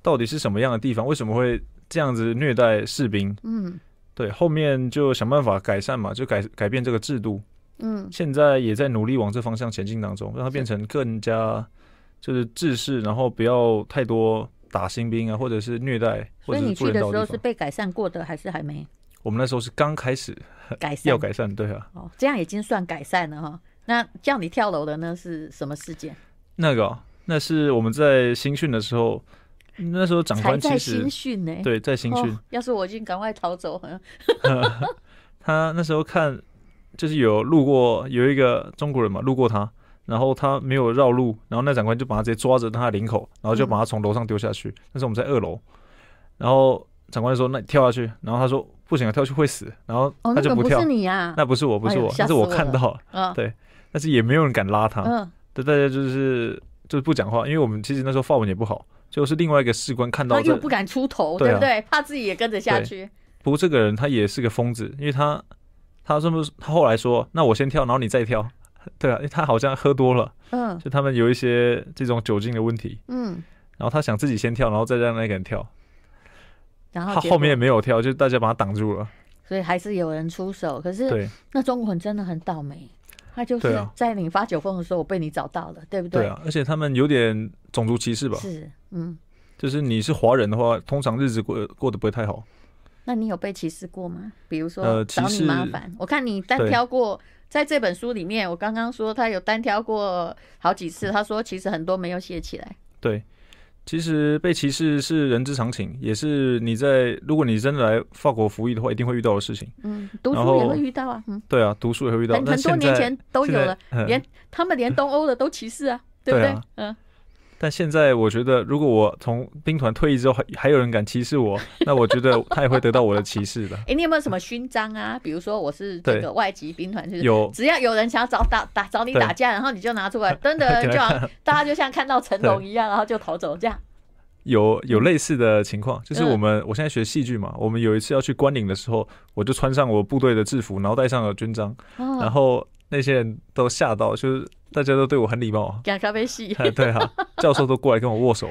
[SPEAKER 2] 到底是什么样的地方，为什么会这样子虐待士兵？
[SPEAKER 1] 嗯
[SPEAKER 2] 对，后面就想办法改善嘛，就改改变这个制度，
[SPEAKER 1] 嗯，
[SPEAKER 2] 现在也在努力往这方向前进当中，让它变成更加就是制式，然后不要太多打新兵啊，或者是虐待或
[SPEAKER 1] 所以
[SPEAKER 2] 者
[SPEAKER 1] 你
[SPEAKER 2] 是不
[SPEAKER 1] 去
[SPEAKER 2] 人
[SPEAKER 1] 的
[SPEAKER 2] 道
[SPEAKER 1] 时候
[SPEAKER 2] 的
[SPEAKER 1] 是
[SPEAKER 2] 地方。
[SPEAKER 1] 被改善过的，还是还 没
[SPEAKER 2] 我们那时候是刚开始
[SPEAKER 1] 改善？
[SPEAKER 2] 要改善，对啊，
[SPEAKER 1] 哦，这样已经算改善了哈。那叫你跳楼的呢是什么事件？
[SPEAKER 2] 那个啊、那是我们在新训的时候，那时候长
[SPEAKER 1] 才
[SPEAKER 2] 官
[SPEAKER 1] 在
[SPEAKER 2] 其
[SPEAKER 1] 新
[SPEAKER 2] 实
[SPEAKER 1] 训呢、
[SPEAKER 2] 对在新训
[SPEAKER 1] 哦，，要是我就赶快逃走。嗯
[SPEAKER 2] 他那时候看，就是有路过有一个中国人嘛，路过他，然后他没有绕路，然后那长官就把他直接抓着他的领口，然后就把他从楼上丢下去。那时候我们在二楼，
[SPEAKER 1] 嗯
[SPEAKER 2] 然后长官就说：“那你跳下去。”然后他说：“不行啊，跳下去会死。”然后
[SPEAKER 1] 哦，
[SPEAKER 2] 他
[SPEAKER 1] 那
[SPEAKER 2] 就
[SPEAKER 1] 个不
[SPEAKER 2] 跳。
[SPEAKER 1] 是你啊。
[SPEAKER 2] 那不是我，不是
[SPEAKER 1] 哎呦
[SPEAKER 2] 我，
[SPEAKER 1] 吓
[SPEAKER 2] 但
[SPEAKER 1] 死
[SPEAKER 2] 是
[SPEAKER 1] 我
[SPEAKER 2] 看
[SPEAKER 1] 了
[SPEAKER 2] 到，
[SPEAKER 1] 嗯
[SPEAKER 2] 对但是也没有人敢拉他，
[SPEAKER 1] 嗯，
[SPEAKER 2] 对，大家就是就是不讲话，因为我们其实那时候法文也不好，就是另外一个士官看到
[SPEAKER 1] 他
[SPEAKER 2] 这
[SPEAKER 1] 啊又不敢出头，
[SPEAKER 2] 对
[SPEAKER 1] 对
[SPEAKER 2] 啊
[SPEAKER 1] 不对？怕自己也跟着下
[SPEAKER 2] 对
[SPEAKER 1] 去。
[SPEAKER 2] 不过这个人他也是个疯子，因为他他这么他后来说，那我先跳，然后你再跳， 对啊，因为他好像喝多了，
[SPEAKER 1] 嗯
[SPEAKER 2] 就他们有一些这种酒精的问题，
[SPEAKER 1] 嗯，
[SPEAKER 2] 然后他想自己先跳，然后再让那个人跳，
[SPEAKER 1] 然后
[SPEAKER 2] 他
[SPEAKER 1] 结
[SPEAKER 2] 后面也
[SPEAKER 1] 果，
[SPEAKER 2] 没有跳，就大家把他挡住了，
[SPEAKER 1] 所以还是有人出手。可是
[SPEAKER 2] 对
[SPEAKER 1] 那中国人真的很倒霉，他就
[SPEAKER 2] 对
[SPEAKER 1] 是
[SPEAKER 2] 啊
[SPEAKER 1] 在你发酒疯的时候，我被你找到了，对不
[SPEAKER 2] 对？啊，而且他们有点种族歧视吧，
[SPEAKER 1] 是，嗯，
[SPEAKER 2] 就是你是华人的话，通常日子过过得不会太好，
[SPEAKER 1] 那你有被歧视过吗？比如说
[SPEAKER 2] 呃歧
[SPEAKER 1] 找你麻
[SPEAKER 2] 视
[SPEAKER 1] 烦，我看你单
[SPEAKER 2] 对
[SPEAKER 1] 挑过。在这本书里面，我刚刚说他有单挑过好几次，他说其实很多没有写起来。
[SPEAKER 2] 对。其实被歧视是人之常情，也是你在如果你真的来法国服役的话，一定会遇到的事情。
[SPEAKER 1] 嗯，读
[SPEAKER 2] 然
[SPEAKER 1] 书也
[SPEAKER 2] 后
[SPEAKER 1] 会遇到啊，嗯，
[SPEAKER 2] 对啊，读书也会遇到，
[SPEAKER 1] 很
[SPEAKER 2] 但
[SPEAKER 1] 很多
[SPEAKER 2] 现
[SPEAKER 1] 年
[SPEAKER 2] 在
[SPEAKER 1] 前都有了，，
[SPEAKER 2] 现在嗯
[SPEAKER 1] 连他们连东欧的都歧视啊，对不
[SPEAKER 2] 对
[SPEAKER 1] 对
[SPEAKER 2] 啊？
[SPEAKER 1] 嗯，
[SPEAKER 2] 但现在我觉得，如果我从兵团退役之后还还有人敢歧 视我，那我觉得他也会得到我的歧视的。
[SPEAKER 1] 哎，你有没有什么勋章啊？比如说我是这
[SPEAKER 2] 对
[SPEAKER 1] 个外籍兵团，就是
[SPEAKER 2] 有
[SPEAKER 1] 只要有人想要找打打找你
[SPEAKER 2] 对
[SPEAKER 1] 打架，然后你就拿出来，真的
[SPEAKER 2] 给
[SPEAKER 1] 就
[SPEAKER 2] 他
[SPEAKER 1] 好像大家就像看到成龙
[SPEAKER 2] 对
[SPEAKER 1] 一样，然后就逃走这样。
[SPEAKER 2] 有有类似的情况，就是
[SPEAKER 1] 嗯
[SPEAKER 2] 我们我现在学戏剧嘛，我们有一次要去关岭的时候，我就穿上我部队的制服，然后戴上了军章，然
[SPEAKER 1] 哦，，
[SPEAKER 2] 后那些人都吓到，就是大家都对我很礼貌啊
[SPEAKER 1] 讲咖啡戏
[SPEAKER 2] 对啊，教授都过来跟我握手，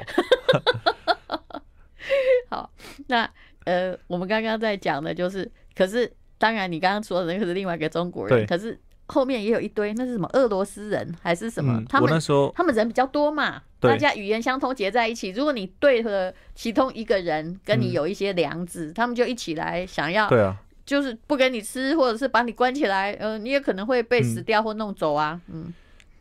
[SPEAKER 1] 那呃，我们刚刚在讲的就是，可是当然你刚刚说的那个是另外一个中国人，
[SPEAKER 2] 对
[SPEAKER 1] 可是后面也有一堆那是什么俄罗斯人还是什么？
[SPEAKER 2] 嗯
[SPEAKER 1] 他
[SPEAKER 2] 我
[SPEAKER 1] 们
[SPEAKER 2] 那时候
[SPEAKER 1] 他们人比较多嘛，
[SPEAKER 2] 对
[SPEAKER 1] 大家语言相通结在一起。如果你对了其中一个人跟你
[SPEAKER 2] 嗯
[SPEAKER 1] 有一些梁子，他们就一起来想要，
[SPEAKER 2] 对啊，
[SPEAKER 1] 就是不给你吃，或者是把你关起来，呃，你也可能会被
[SPEAKER 2] 嗯
[SPEAKER 1] 死掉或弄走啊。嗯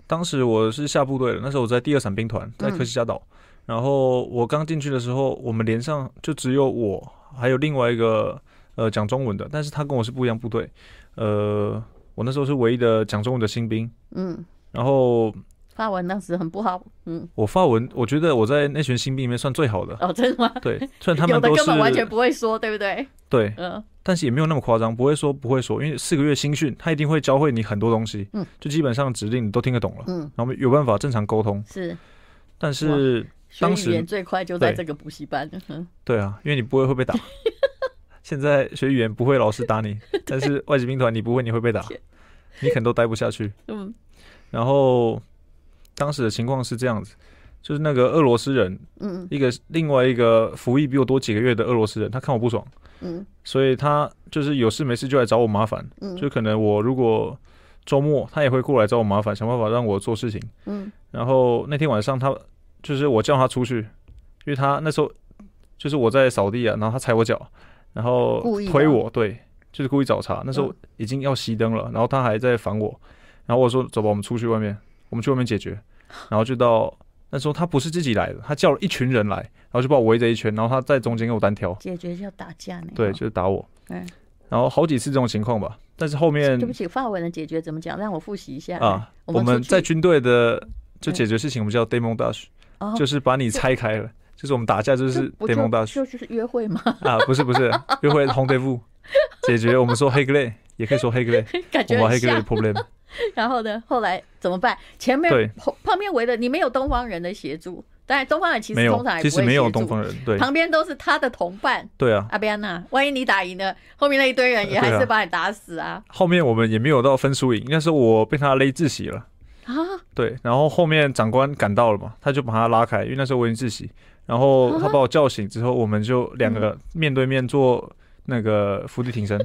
[SPEAKER 2] 当时我是下部队了，那时候我在第二伞兵团，
[SPEAKER 1] 嗯
[SPEAKER 2] 在科西嘉岛。然后我刚进去的时候，我们连上就只有我，还有另外一个呃讲中文的，但是他跟我是不一样部队。呃，我那时候是唯一的讲中文的新兵。
[SPEAKER 1] 嗯，
[SPEAKER 2] 然后
[SPEAKER 1] 发文当时很不好， 嗯，
[SPEAKER 2] 我发文，我觉得我在那群新兵里面算最好的。
[SPEAKER 1] 哦，真的吗？
[SPEAKER 2] 对， 虽然他
[SPEAKER 1] 有
[SPEAKER 2] 们
[SPEAKER 1] 的
[SPEAKER 2] 都
[SPEAKER 1] 根
[SPEAKER 2] 是
[SPEAKER 1] 本完全不会说，对不对？
[SPEAKER 2] 对，
[SPEAKER 1] 嗯，
[SPEAKER 2] 但是也没有那么夸张，不会说不会说，因为四个月新训，他一定会教会你很多东西，
[SPEAKER 1] 嗯，
[SPEAKER 2] 就基本上指令你都听得懂了，
[SPEAKER 1] 嗯，
[SPEAKER 2] 然后有办法正常沟通。
[SPEAKER 1] 是
[SPEAKER 2] 但是，
[SPEAKER 1] 学
[SPEAKER 2] 当
[SPEAKER 1] 语
[SPEAKER 2] 时
[SPEAKER 1] 言最快就在
[SPEAKER 2] 对
[SPEAKER 1] 这个补习班，嗯，
[SPEAKER 2] 对啊，因为你不会会 被打。现在学语言不会，老师打你，但是外籍兵团你不会，你会被打，你可能都待不下去。
[SPEAKER 1] 嗯
[SPEAKER 2] 然后当时的情况是这样子，就是那个俄罗斯人，
[SPEAKER 1] 嗯
[SPEAKER 2] 一个另外一个服役比我多几个月的俄罗斯人，他看我不爽，
[SPEAKER 1] 嗯
[SPEAKER 2] 所以他就是有事没事就来找我麻烦。
[SPEAKER 1] 嗯
[SPEAKER 2] 就可能我如果周末他也会过来找我麻烦，想办法让我做事情。
[SPEAKER 1] 嗯
[SPEAKER 2] 然后那天晚上他就是我叫他出去，因为他那时候就是我在扫地啊，然后他踩我脚，然后
[SPEAKER 1] 故意的
[SPEAKER 2] 推我，对，就是故意找茬。那时候
[SPEAKER 1] 嗯
[SPEAKER 2] 已经要熄灯了，然后他还在烦我，然后我说走吧，我们出去外面，我们去外面解决。然后就到那时候他不是自己来的，他叫了一群人来，然后就把我围着一圈，然后他在中间给我单挑，
[SPEAKER 1] 解决要打架呢，
[SPEAKER 2] 对，
[SPEAKER 1] 哦
[SPEAKER 2] 就是打我。
[SPEAKER 1] 嗯
[SPEAKER 2] 然后好几次这种情况吧，但是后面
[SPEAKER 1] 对不起，法文的解决怎么讲？让我复习一下
[SPEAKER 2] 啊，
[SPEAKER 1] 我
[SPEAKER 2] 我们
[SPEAKER 1] 出去
[SPEAKER 2] 在军队的就
[SPEAKER 1] 嗯
[SPEAKER 2] 解决事情，我们叫 demo dash，、
[SPEAKER 1] 哦
[SPEAKER 2] 就是把你拆开了，就是我们打架就
[SPEAKER 1] 这
[SPEAKER 2] 是
[SPEAKER 1] 不
[SPEAKER 2] demo
[SPEAKER 1] 就
[SPEAKER 2] dash
[SPEAKER 1] 就就是约会吗？
[SPEAKER 2] 啊，不是不是，又会红 d e v u 解决，我们说 h e g l e 也可以说 h e g l e
[SPEAKER 1] 感
[SPEAKER 2] 我
[SPEAKER 1] 觉
[SPEAKER 2] 们
[SPEAKER 1] 很
[SPEAKER 2] h e g l e
[SPEAKER 1] 像
[SPEAKER 2] 的。problem，
[SPEAKER 1] 然后呢，后来怎么办？前面
[SPEAKER 2] 对
[SPEAKER 1] 后旁边围的，你没有东方人的协助，当然东方人其
[SPEAKER 2] 没
[SPEAKER 1] 实
[SPEAKER 2] 有
[SPEAKER 1] 通常，也
[SPEAKER 2] 其
[SPEAKER 1] 不
[SPEAKER 2] 实
[SPEAKER 1] 会
[SPEAKER 2] 没有
[SPEAKER 1] 协助
[SPEAKER 2] 东方人，对
[SPEAKER 1] 旁边都是他的同伴
[SPEAKER 2] 对啊，
[SPEAKER 1] 阿贝安娜，万一你打赢了，后面那一堆人也
[SPEAKER 2] 呃对啊
[SPEAKER 1] 还是把你打死啊！
[SPEAKER 2] 后面我们也没有到分输赢，那时候我被他勒窒息了。
[SPEAKER 1] 啊，
[SPEAKER 2] 对，然后后面长官赶到了嘛，他就把他拉开，因为那时候我已经窒息，然
[SPEAKER 1] 啊
[SPEAKER 2] 后他把我叫醒之后，我们就两个
[SPEAKER 1] 嗯
[SPEAKER 2] 面对面做那个伏地挺 身，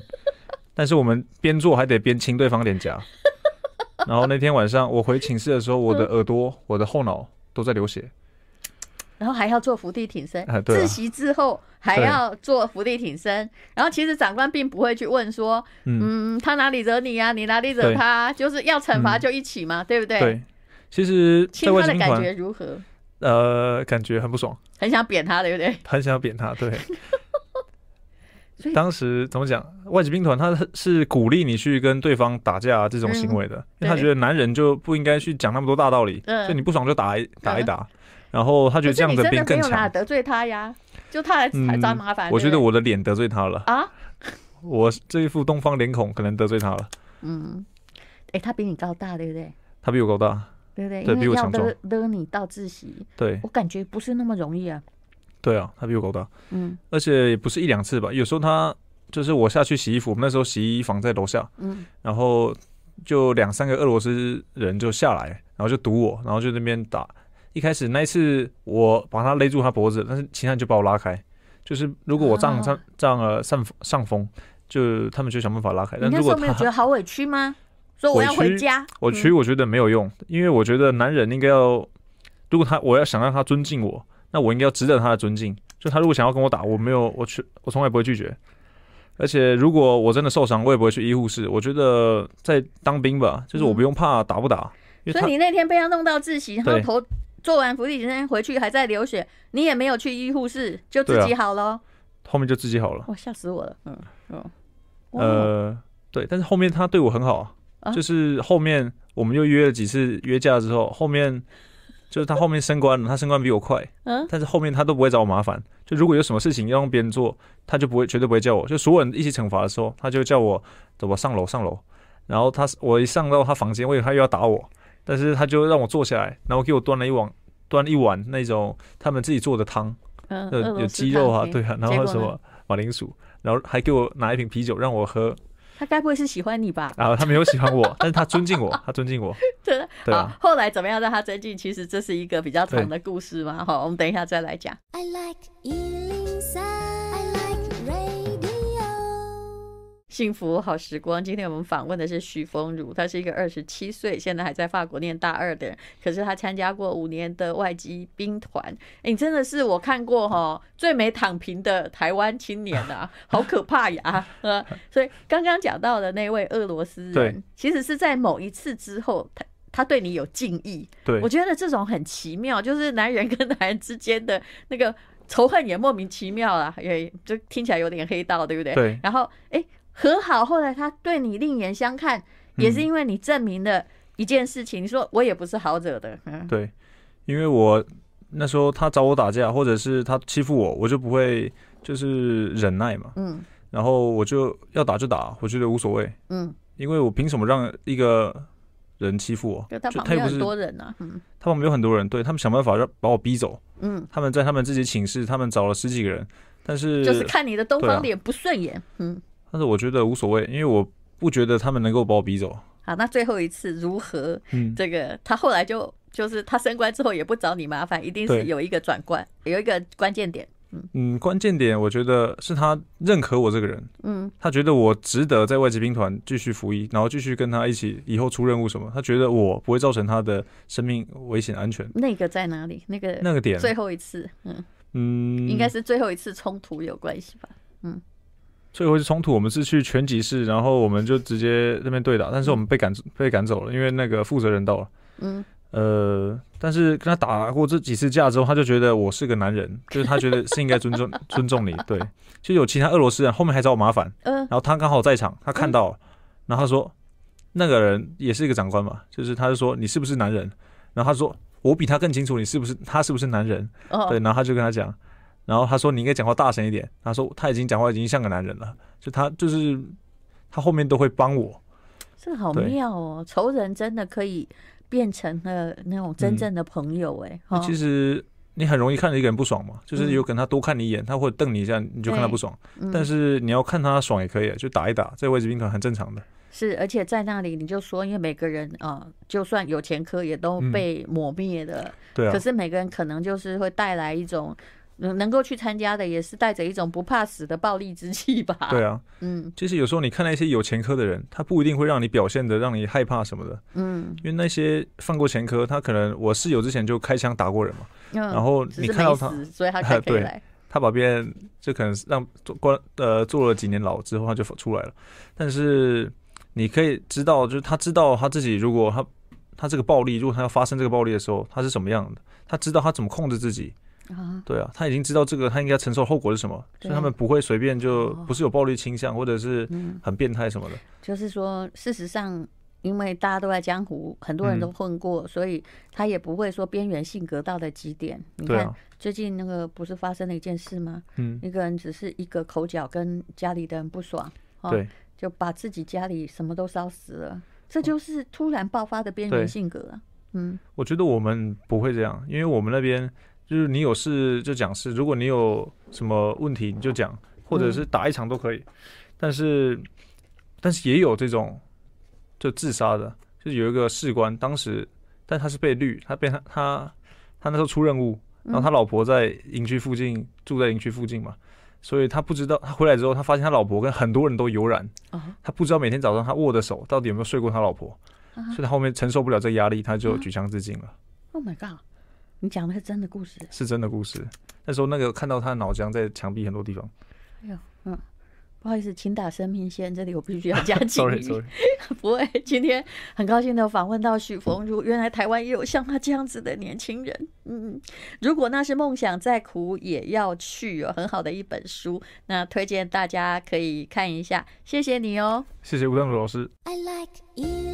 [SPEAKER 2] 但是我们边做还得边亲对方脸颊。然后那天晚上我回寝室的时候，我
[SPEAKER 1] 嗯
[SPEAKER 2] 的耳朵、我的后脑都在流血，
[SPEAKER 1] 然后还要做伏地挺身，
[SPEAKER 2] 啊对啊
[SPEAKER 1] 自习之后还要做伏地挺身。然后其实长官并不会去问说，嗯，他哪里惹你呀、你哪里惹
[SPEAKER 2] 对
[SPEAKER 1] 他啊、就是要惩罚
[SPEAKER 2] 嗯
[SPEAKER 1] 就一起嘛，对不对？
[SPEAKER 2] 对，其实，在
[SPEAKER 1] 亲
[SPEAKER 2] 外
[SPEAKER 1] 他的
[SPEAKER 2] 籍兵
[SPEAKER 1] 感
[SPEAKER 2] 团
[SPEAKER 1] 觉，如何？
[SPEAKER 2] 呃，感觉很不爽，
[SPEAKER 1] 很想扁他，对不对？
[SPEAKER 2] 很想扁他。对
[SPEAKER 1] 所，以
[SPEAKER 2] 当时怎么讲？外籍兵团他是是鼓励你去跟对方打架、这种行为的，因为他
[SPEAKER 1] 嗯对
[SPEAKER 2] 觉得男人就不应该去讲那么多大道理，
[SPEAKER 1] 嗯
[SPEAKER 2] 所以你不爽就打一打一打。然后他觉
[SPEAKER 1] 可
[SPEAKER 2] 得这
[SPEAKER 1] 是
[SPEAKER 2] 样
[SPEAKER 1] 你真
[SPEAKER 2] 兵
[SPEAKER 1] 的没
[SPEAKER 2] 更
[SPEAKER 1] 有哪
[SPEAKER 2] 强。
[SPEAKER 1] 得罪他呀，就他来
[SPEAKER 2] 嗯
[SPEAKER 1] 来找麻烦。
[SPEAKER 2] 我
[SPEAKER 1] 对
[SPEAKER 2] 觉
[SPEAKER 1] 不对
[SPEAKER 2] 得我的脸得罪他了，
[SPEAKER 1] 啊，
[SPEAKER 2] 我这一副东方脸孔可能得罪他了。
[SPEAKER 1] 嗯，哎，他比你高大，对不对？
[SPEAKER 2] 他比我高大，
[SPEAKER 1] 对不对？
[SPEAKER 2] 对
[SPEAKER 1] 因
[SPEAKER 2] 比
[SPEAKER 1] 为
[SPEAKER 2] 我
[SPEAKER 1] 要
[SPEAKER 2] 强
[SPEAKER 1] 勒勒你到自习，
[SPEAKER 2] 对
[SPEAKER 1] 我感觉不是那么容易啊。
[SPEAKER 2] 对啊，他比我高大，
[SPEAKER 1] 嗯
[SPEAKER 2] 而且也不是一两次吧。有时候他就是我下去洗衣服，我们那时候洗衣房在楼下，
[SPEAKER 1] 嗯
[SPEAKER 2] 然后就两三个俄罗斯人就下来，然后就堵我，然后就在那边打。一开始那一次我把他勒住他脖子，但是其他人就把我拉开。就是如果我占
[SPEAKER 1] 啊
[SPEAKER 2] 占占了上风上风，就他们就想办法拉开。
[SPEAKER 1] 你
[SPEAKER 2] 但
[SPEAKER 1] 那
[SPEAKER 2] 如
[SPEAKER 1] 时
[SPEAKER 2] 果
[SPEAKER 1] 候没有觉
[SPEAKER 2] 他
[SPEAKER 1] 得好委屈吗？说我要
[SPEAKER 2] 委
[SPEAKER 1] 回
[SPEAKER 2] 屈
[SPEAKER 1] 家，
[SPEAKER 2] 我
[SPEAKER 1] 嗯
[SPEAKER 2] 去，我觉得没有用，因为我觉得男人应该要，如果他我要想让他尊敬我，那我应该要值得他的尊敬。就他如果想要跟我打，我没有我去，我从来不会拒绝。而且如果我真的受伤，我也不会去医护室。我觉得在当兵吧，就是我不用怕打不打，
[SPEAKER 1] 嗯
[SPEAKER 2] 因为
[SPEAKER 1] 所以
[SPEAKER 2] 他
[SPEAKER 1] 你那天被他弄到窒息，然后
[SPEAKER 2] 对
[SPEAKER 1] 头做完伏地挺身回去还在流血，你也没有去医护室，就
[SPEAKER 2] 对
[SPEAKER 1] 自
[SPEAKER 2] 啊
[SPEAKER 1] 己好了。
[SPEAKER 2] 后面就自己好了。
[SPEAKER 1] 哇，吓死我了！嗯嗯，哇，
[SPEAKER 2] 呃，对，但是后面他对我很好，
[SPEAKER 1] 啊
[SPEAKER 2] 就是后面我们又约了几次约架之后，后面就是他后面升官了，他升官比我快，
[SPEAKER 1] 嗯
[SPEAKER 2] 但是后面他都不会找我麻烦。就如果有什么事情要让别人做，他就不会绝对不会叫我。就所有人一起惩罚的时候，他就叫我走吧，上楼上楼。然后他我一上到他房间，我以为他又要打我，但是他就让我坐下来，然后给我端了一碗端一碗那种他们自己做的汤，
[SPEAKER 1] 嗯，
[SPEAKER 2] 有
[SPEAKER 1] 俄罗
[SPEAKER 2] 有
[SPEAKER 1] 斯
[SPEAKER 2] 鸡肉
[SPEAKER 1] 咖
[SPEAKER 2] 啊，
[SPEAKER 1] 啡
[SPEAKER 2] 对啊，然
[SPEAKER 1] 结
[SPEAKER 2] 后
[SPEAKER 1] 果
[SPEAKER 2] 什
[SPEAKER 1] 呢
[SPEAKER 2] 么马铃薯，然后还给我拿一瓶啤酒让我喝。
[SPEAKER 1] 他该不会是喜欢你吧？
[SPEAKER 2] 然后他没有喜欢我，但是他尊敬我，他尊敬我。
[SPEAKER 1] 真的
[SPEAKER 2] 对啊
[SPEAKER 1] 好，后来怎么样让他尊敬？其实这是一个比较长的故事嘛。好，我们等一下再来讲。
[SPEAKER 3] I like Ealing Sound. I like radio.
[SPEAKER 1] 幸福好时光，今天我们访问的是徐峰如，他是一个二十七岁，现在还在法国念大二的人，可是他参加过五年的外籍兵团。哎，你真的是我看过哈、最没躺平的台湾青年啊，好可怕呀！呃，所以刚刚讲到的那位俄罗斯人
[SPEAKER 2] 对，
[SPEAKER 1] 其实是在某一次之后，他他对你有敬意，
[SPEAKER 2] 对
[SPEAKER 1] 我，觉得这种很奇妙，就是男人跟男人之间的那个仇恨也莫名其妙啦，也就听起来有点黑道，对不对？
[SPEAKER 2] 对嗯
[SPEAKER 1] 然后哎，诶和好，后来他对你另眼相看，也是因为你证明了一件事情，你说我也不是好惹的，嗯，
[SPEAKER 2] 对，因为我那时候他找我打架，或者是他欺负我，我就不会就是忍耐嘛，
[SPEAKER 1] 嗯
[SPEAKER 2] 然后我就要打就打，我觉得无所谓，
[SPEAKER 1] 嗯，
[SPEAKER 2] 因为我凭什么让一个人欺负我？
[SPEAKER 1] 就他
[SPEAKER 2] 就
[SPEAKER 1] 旁
[SPEAKER 2] 他也
[SPEAKER 1] 边
[SPEAKER 2] 不
[SPEAKER 1] 很
[SPEAKER 2] 是，
[SPEAKER 1] 多人啊，嗯
[SPEAKER 2] 他旁边有很多人，对他们想办法让把我逼走。
[SPEAKER 1] 嗯，
[SPEAKER 2] 他们在他们自己寝室，他们找了十几个人，但是
[SPEAKER 1] 就是看你的东
[SPEAKER 2] 对啊
[SPEAKER 1] 方脸不顺眼，嗯，
[SPEAKER 2] 但是我觉得无所谓，因为我不觉得他们能够把我逼走。
[SPEAKER 1] 好，那最后一次如何？
[SPEAKER 2] 嗯，
[SPEAKER 1] 这个他后来就就是他升官之后也不找你麻烦，一定是
[SPEAKER 2] 对
[SPEAKER 1] 有一个转换，有一个关键点，
[SPEAKER 2] 嗯，关键点我觉得是他认可我这个人，
[SPEAKER 1] 嗯
[SPEAKER 2] 他觉得我值得在外籍兵团继续服役，然后继续跟他一起以后出任务什么，他觉得我不会造成他的生命危险安全。
[SPEAKER 1] 那个在哪里？那个
[SPEAKER 2] 那个点，
[SPEAKER 1] 最后一次，嗯，
[SPEAKER 2] 嗯，
[SPEAKER 1] 呃应该是最后一次冲突有关系吧？
[SPEAKER 2] 最后一次冲突，我们是去拳击室，然后我们就直接那边对打，但是我们被赶被赶走了，因为那个负责人到了。
[SPEAKER 1] 嗯，
[SPEAKER 2] 呃，但是跟他打过这几次架之后，他就觉得我是个男人，就是他觉得是应该尊重 尊重你。对，就有其他俄罗斯人后面还找我麻烦，
[SPEAKER 1] 呃
[SPEAKER 2] 然，后他刚好在场，他看
[SPEAKER 1] 嗯
[SPEAKER 2] 到了，然后他说那个人也是一个长官嘛，就是他就说你是不是男人？然后他说我比他更清楚你是不是他是不是男人。对，
[SPEAKER 1] 哦，
[SPEAKER 2] 然后他就跟他讲，然后他说你应该讲话大声一点。他说他已经讲话已经像个男人了，就他就是他后面都会帮我。
[SPEAKER 1] 这个好
[SPEAKER 2] 对
[SPEAKER 1] 妙哦，仇人真的可以变成了那种真
[SPEAKER 2] 嗯
[SPEAKER 1] 正的朋友哎、哦
[SPEAKER 2] 其实你很容易看着一个人不爽嘛，就是有可能他多看你一眼，他或者瞪你一下，你就看他不爽。
[SPEAKER 1] 嗯
[SPEAKER 2] 但是你要看他爽也可以，啊就打一打，在外籍兵团很正常的。
[SPEAKER 1] 是，而且在那里你就说，因为每个人啊、呃就算有前科，也都
[SPEAKER 2] 嗯
[SPEAKER 1] 被抹灭的。
[SPEAKER 2] 对啊
[SPEAKER 1] 可，是每个人可能就是会带来一种，嗯能够去参加的，也是带着一种不怕死的暴力之气吧。
[SPEAKER 2] 对，啊，
[SPEAKER 1] 嗯
[SPEAKER 2] 其实有时候你看那些有前科的人，他不一定会让你表现的让你害怕什么的，
[SPEAKER 1] 嗯
[SPEAKER 2] 因为那些犯过前科，他可能我室友之前就开枪打过人嘛，
[SPEAKER 1] 嗯。
[SPEAKER 2] 然后
[SPEAKER 1] 只
[SPEAKER 2] 你
[SPEAKER 1] 是
[SPEAKER 2] 看
[SPEAKER 1] 没
[SPEAKER 2] 到他，
[SPEAKER 1] 死所以 他才可以
[SPEAKER 2] 对
[SPEAKER 1] 来。
[SPEAKER 2] 他把别人就可能是让做关呃坐了几年牢之后他就出来了，但是你可以知道，就是他知道他自己如果他他这个暴力，如果他要发生这个暴力的时候，他是什么样的，他知道他怎么控制自己，
[SPEAKER 1] 啊，
[SPEAKER 2] 对啊，他已经知道这个他应该承受后果是什么，
[SPEAKER 1] 对
[SPEAKER 2] 所以他们不会随便就
[SPEAKER 1] 哦
[SPEAKER 2] 不是有暴力倾向或者是
[SPEAKER 1] 嗯，
[SPEAKER 2] 很变态什么的，
[SPEAKER 1] 就是说，事实上，因为大家都在江湖，很多人都
[SPEAKER 2] 嗯
[SPEAKER 1] 混过，所以他也不会说边缘性格到了极点。你
[SPEAKER 2] 对
[SPEAKER 1] 看，
[SPEAKER 2] 啊，
[SPEAKER 1] 最近那个不是发生了一件事吗？
[SPEAKER 2] 嗯，
[SPEAKER 1] 一个人只是一个口角，跟家里的人不爽，哦、
[SPEAKER 2] 对，
[SPEAKER 1] 就把自己家里什么都烧死了，这就是突然爆发的边缘
[SPEAKER 2] 对
[SPEAKER 1] 性格啊。嗯
[SPEAKER 2] 我觉得我们不会这样，因为我们那边就是你有事就讲事，如果你有什么问题你就讲，或者是打一场都可以。但是，但是也有这种就自杀的，就是有一个士官，当时但他是被绿，他被他他他那时候出任务，然后他老婆在营区附近住在营区附近嘛，所以他不知道他回来之后，他发现他老婆跟很多人都有染，
[SPEAKER 1] 哦，
[SPEAKER 2] 他不知道每天早上他握的手到底有没有睡过他老婆，
[SPEAKER 1] 啊
[SPEAKER 2] 所以他后面承受不了这个压力，他就举枪自尽了。
[SPEAKER 1] ，Oh my god！你讲的是真的故事，
[SPEAKER 2] 是真的故事。那时候那个看到他的脑浆在墙壁很多地方
[SPEAKER 1] 哎呦，嗯。不好意思，请打生命线，这里我必须要加警
[SPEAKER 2] ，sorry
[SPEAKER 1] 语。
[SPEAKER 2] sorry，
[SPEAKER 1] 不会，今天很高兴的访问到许峰如，原来台湾也有像他这样子的年轻人。嗯，如果那是梦想，再苦也要去哦，很好的一本书，那推荐大家可以看一下，谢谢你哦。
[SPEAKER 2] 谢谢吴当主老师。
[SPEAKER 3] I like Ealing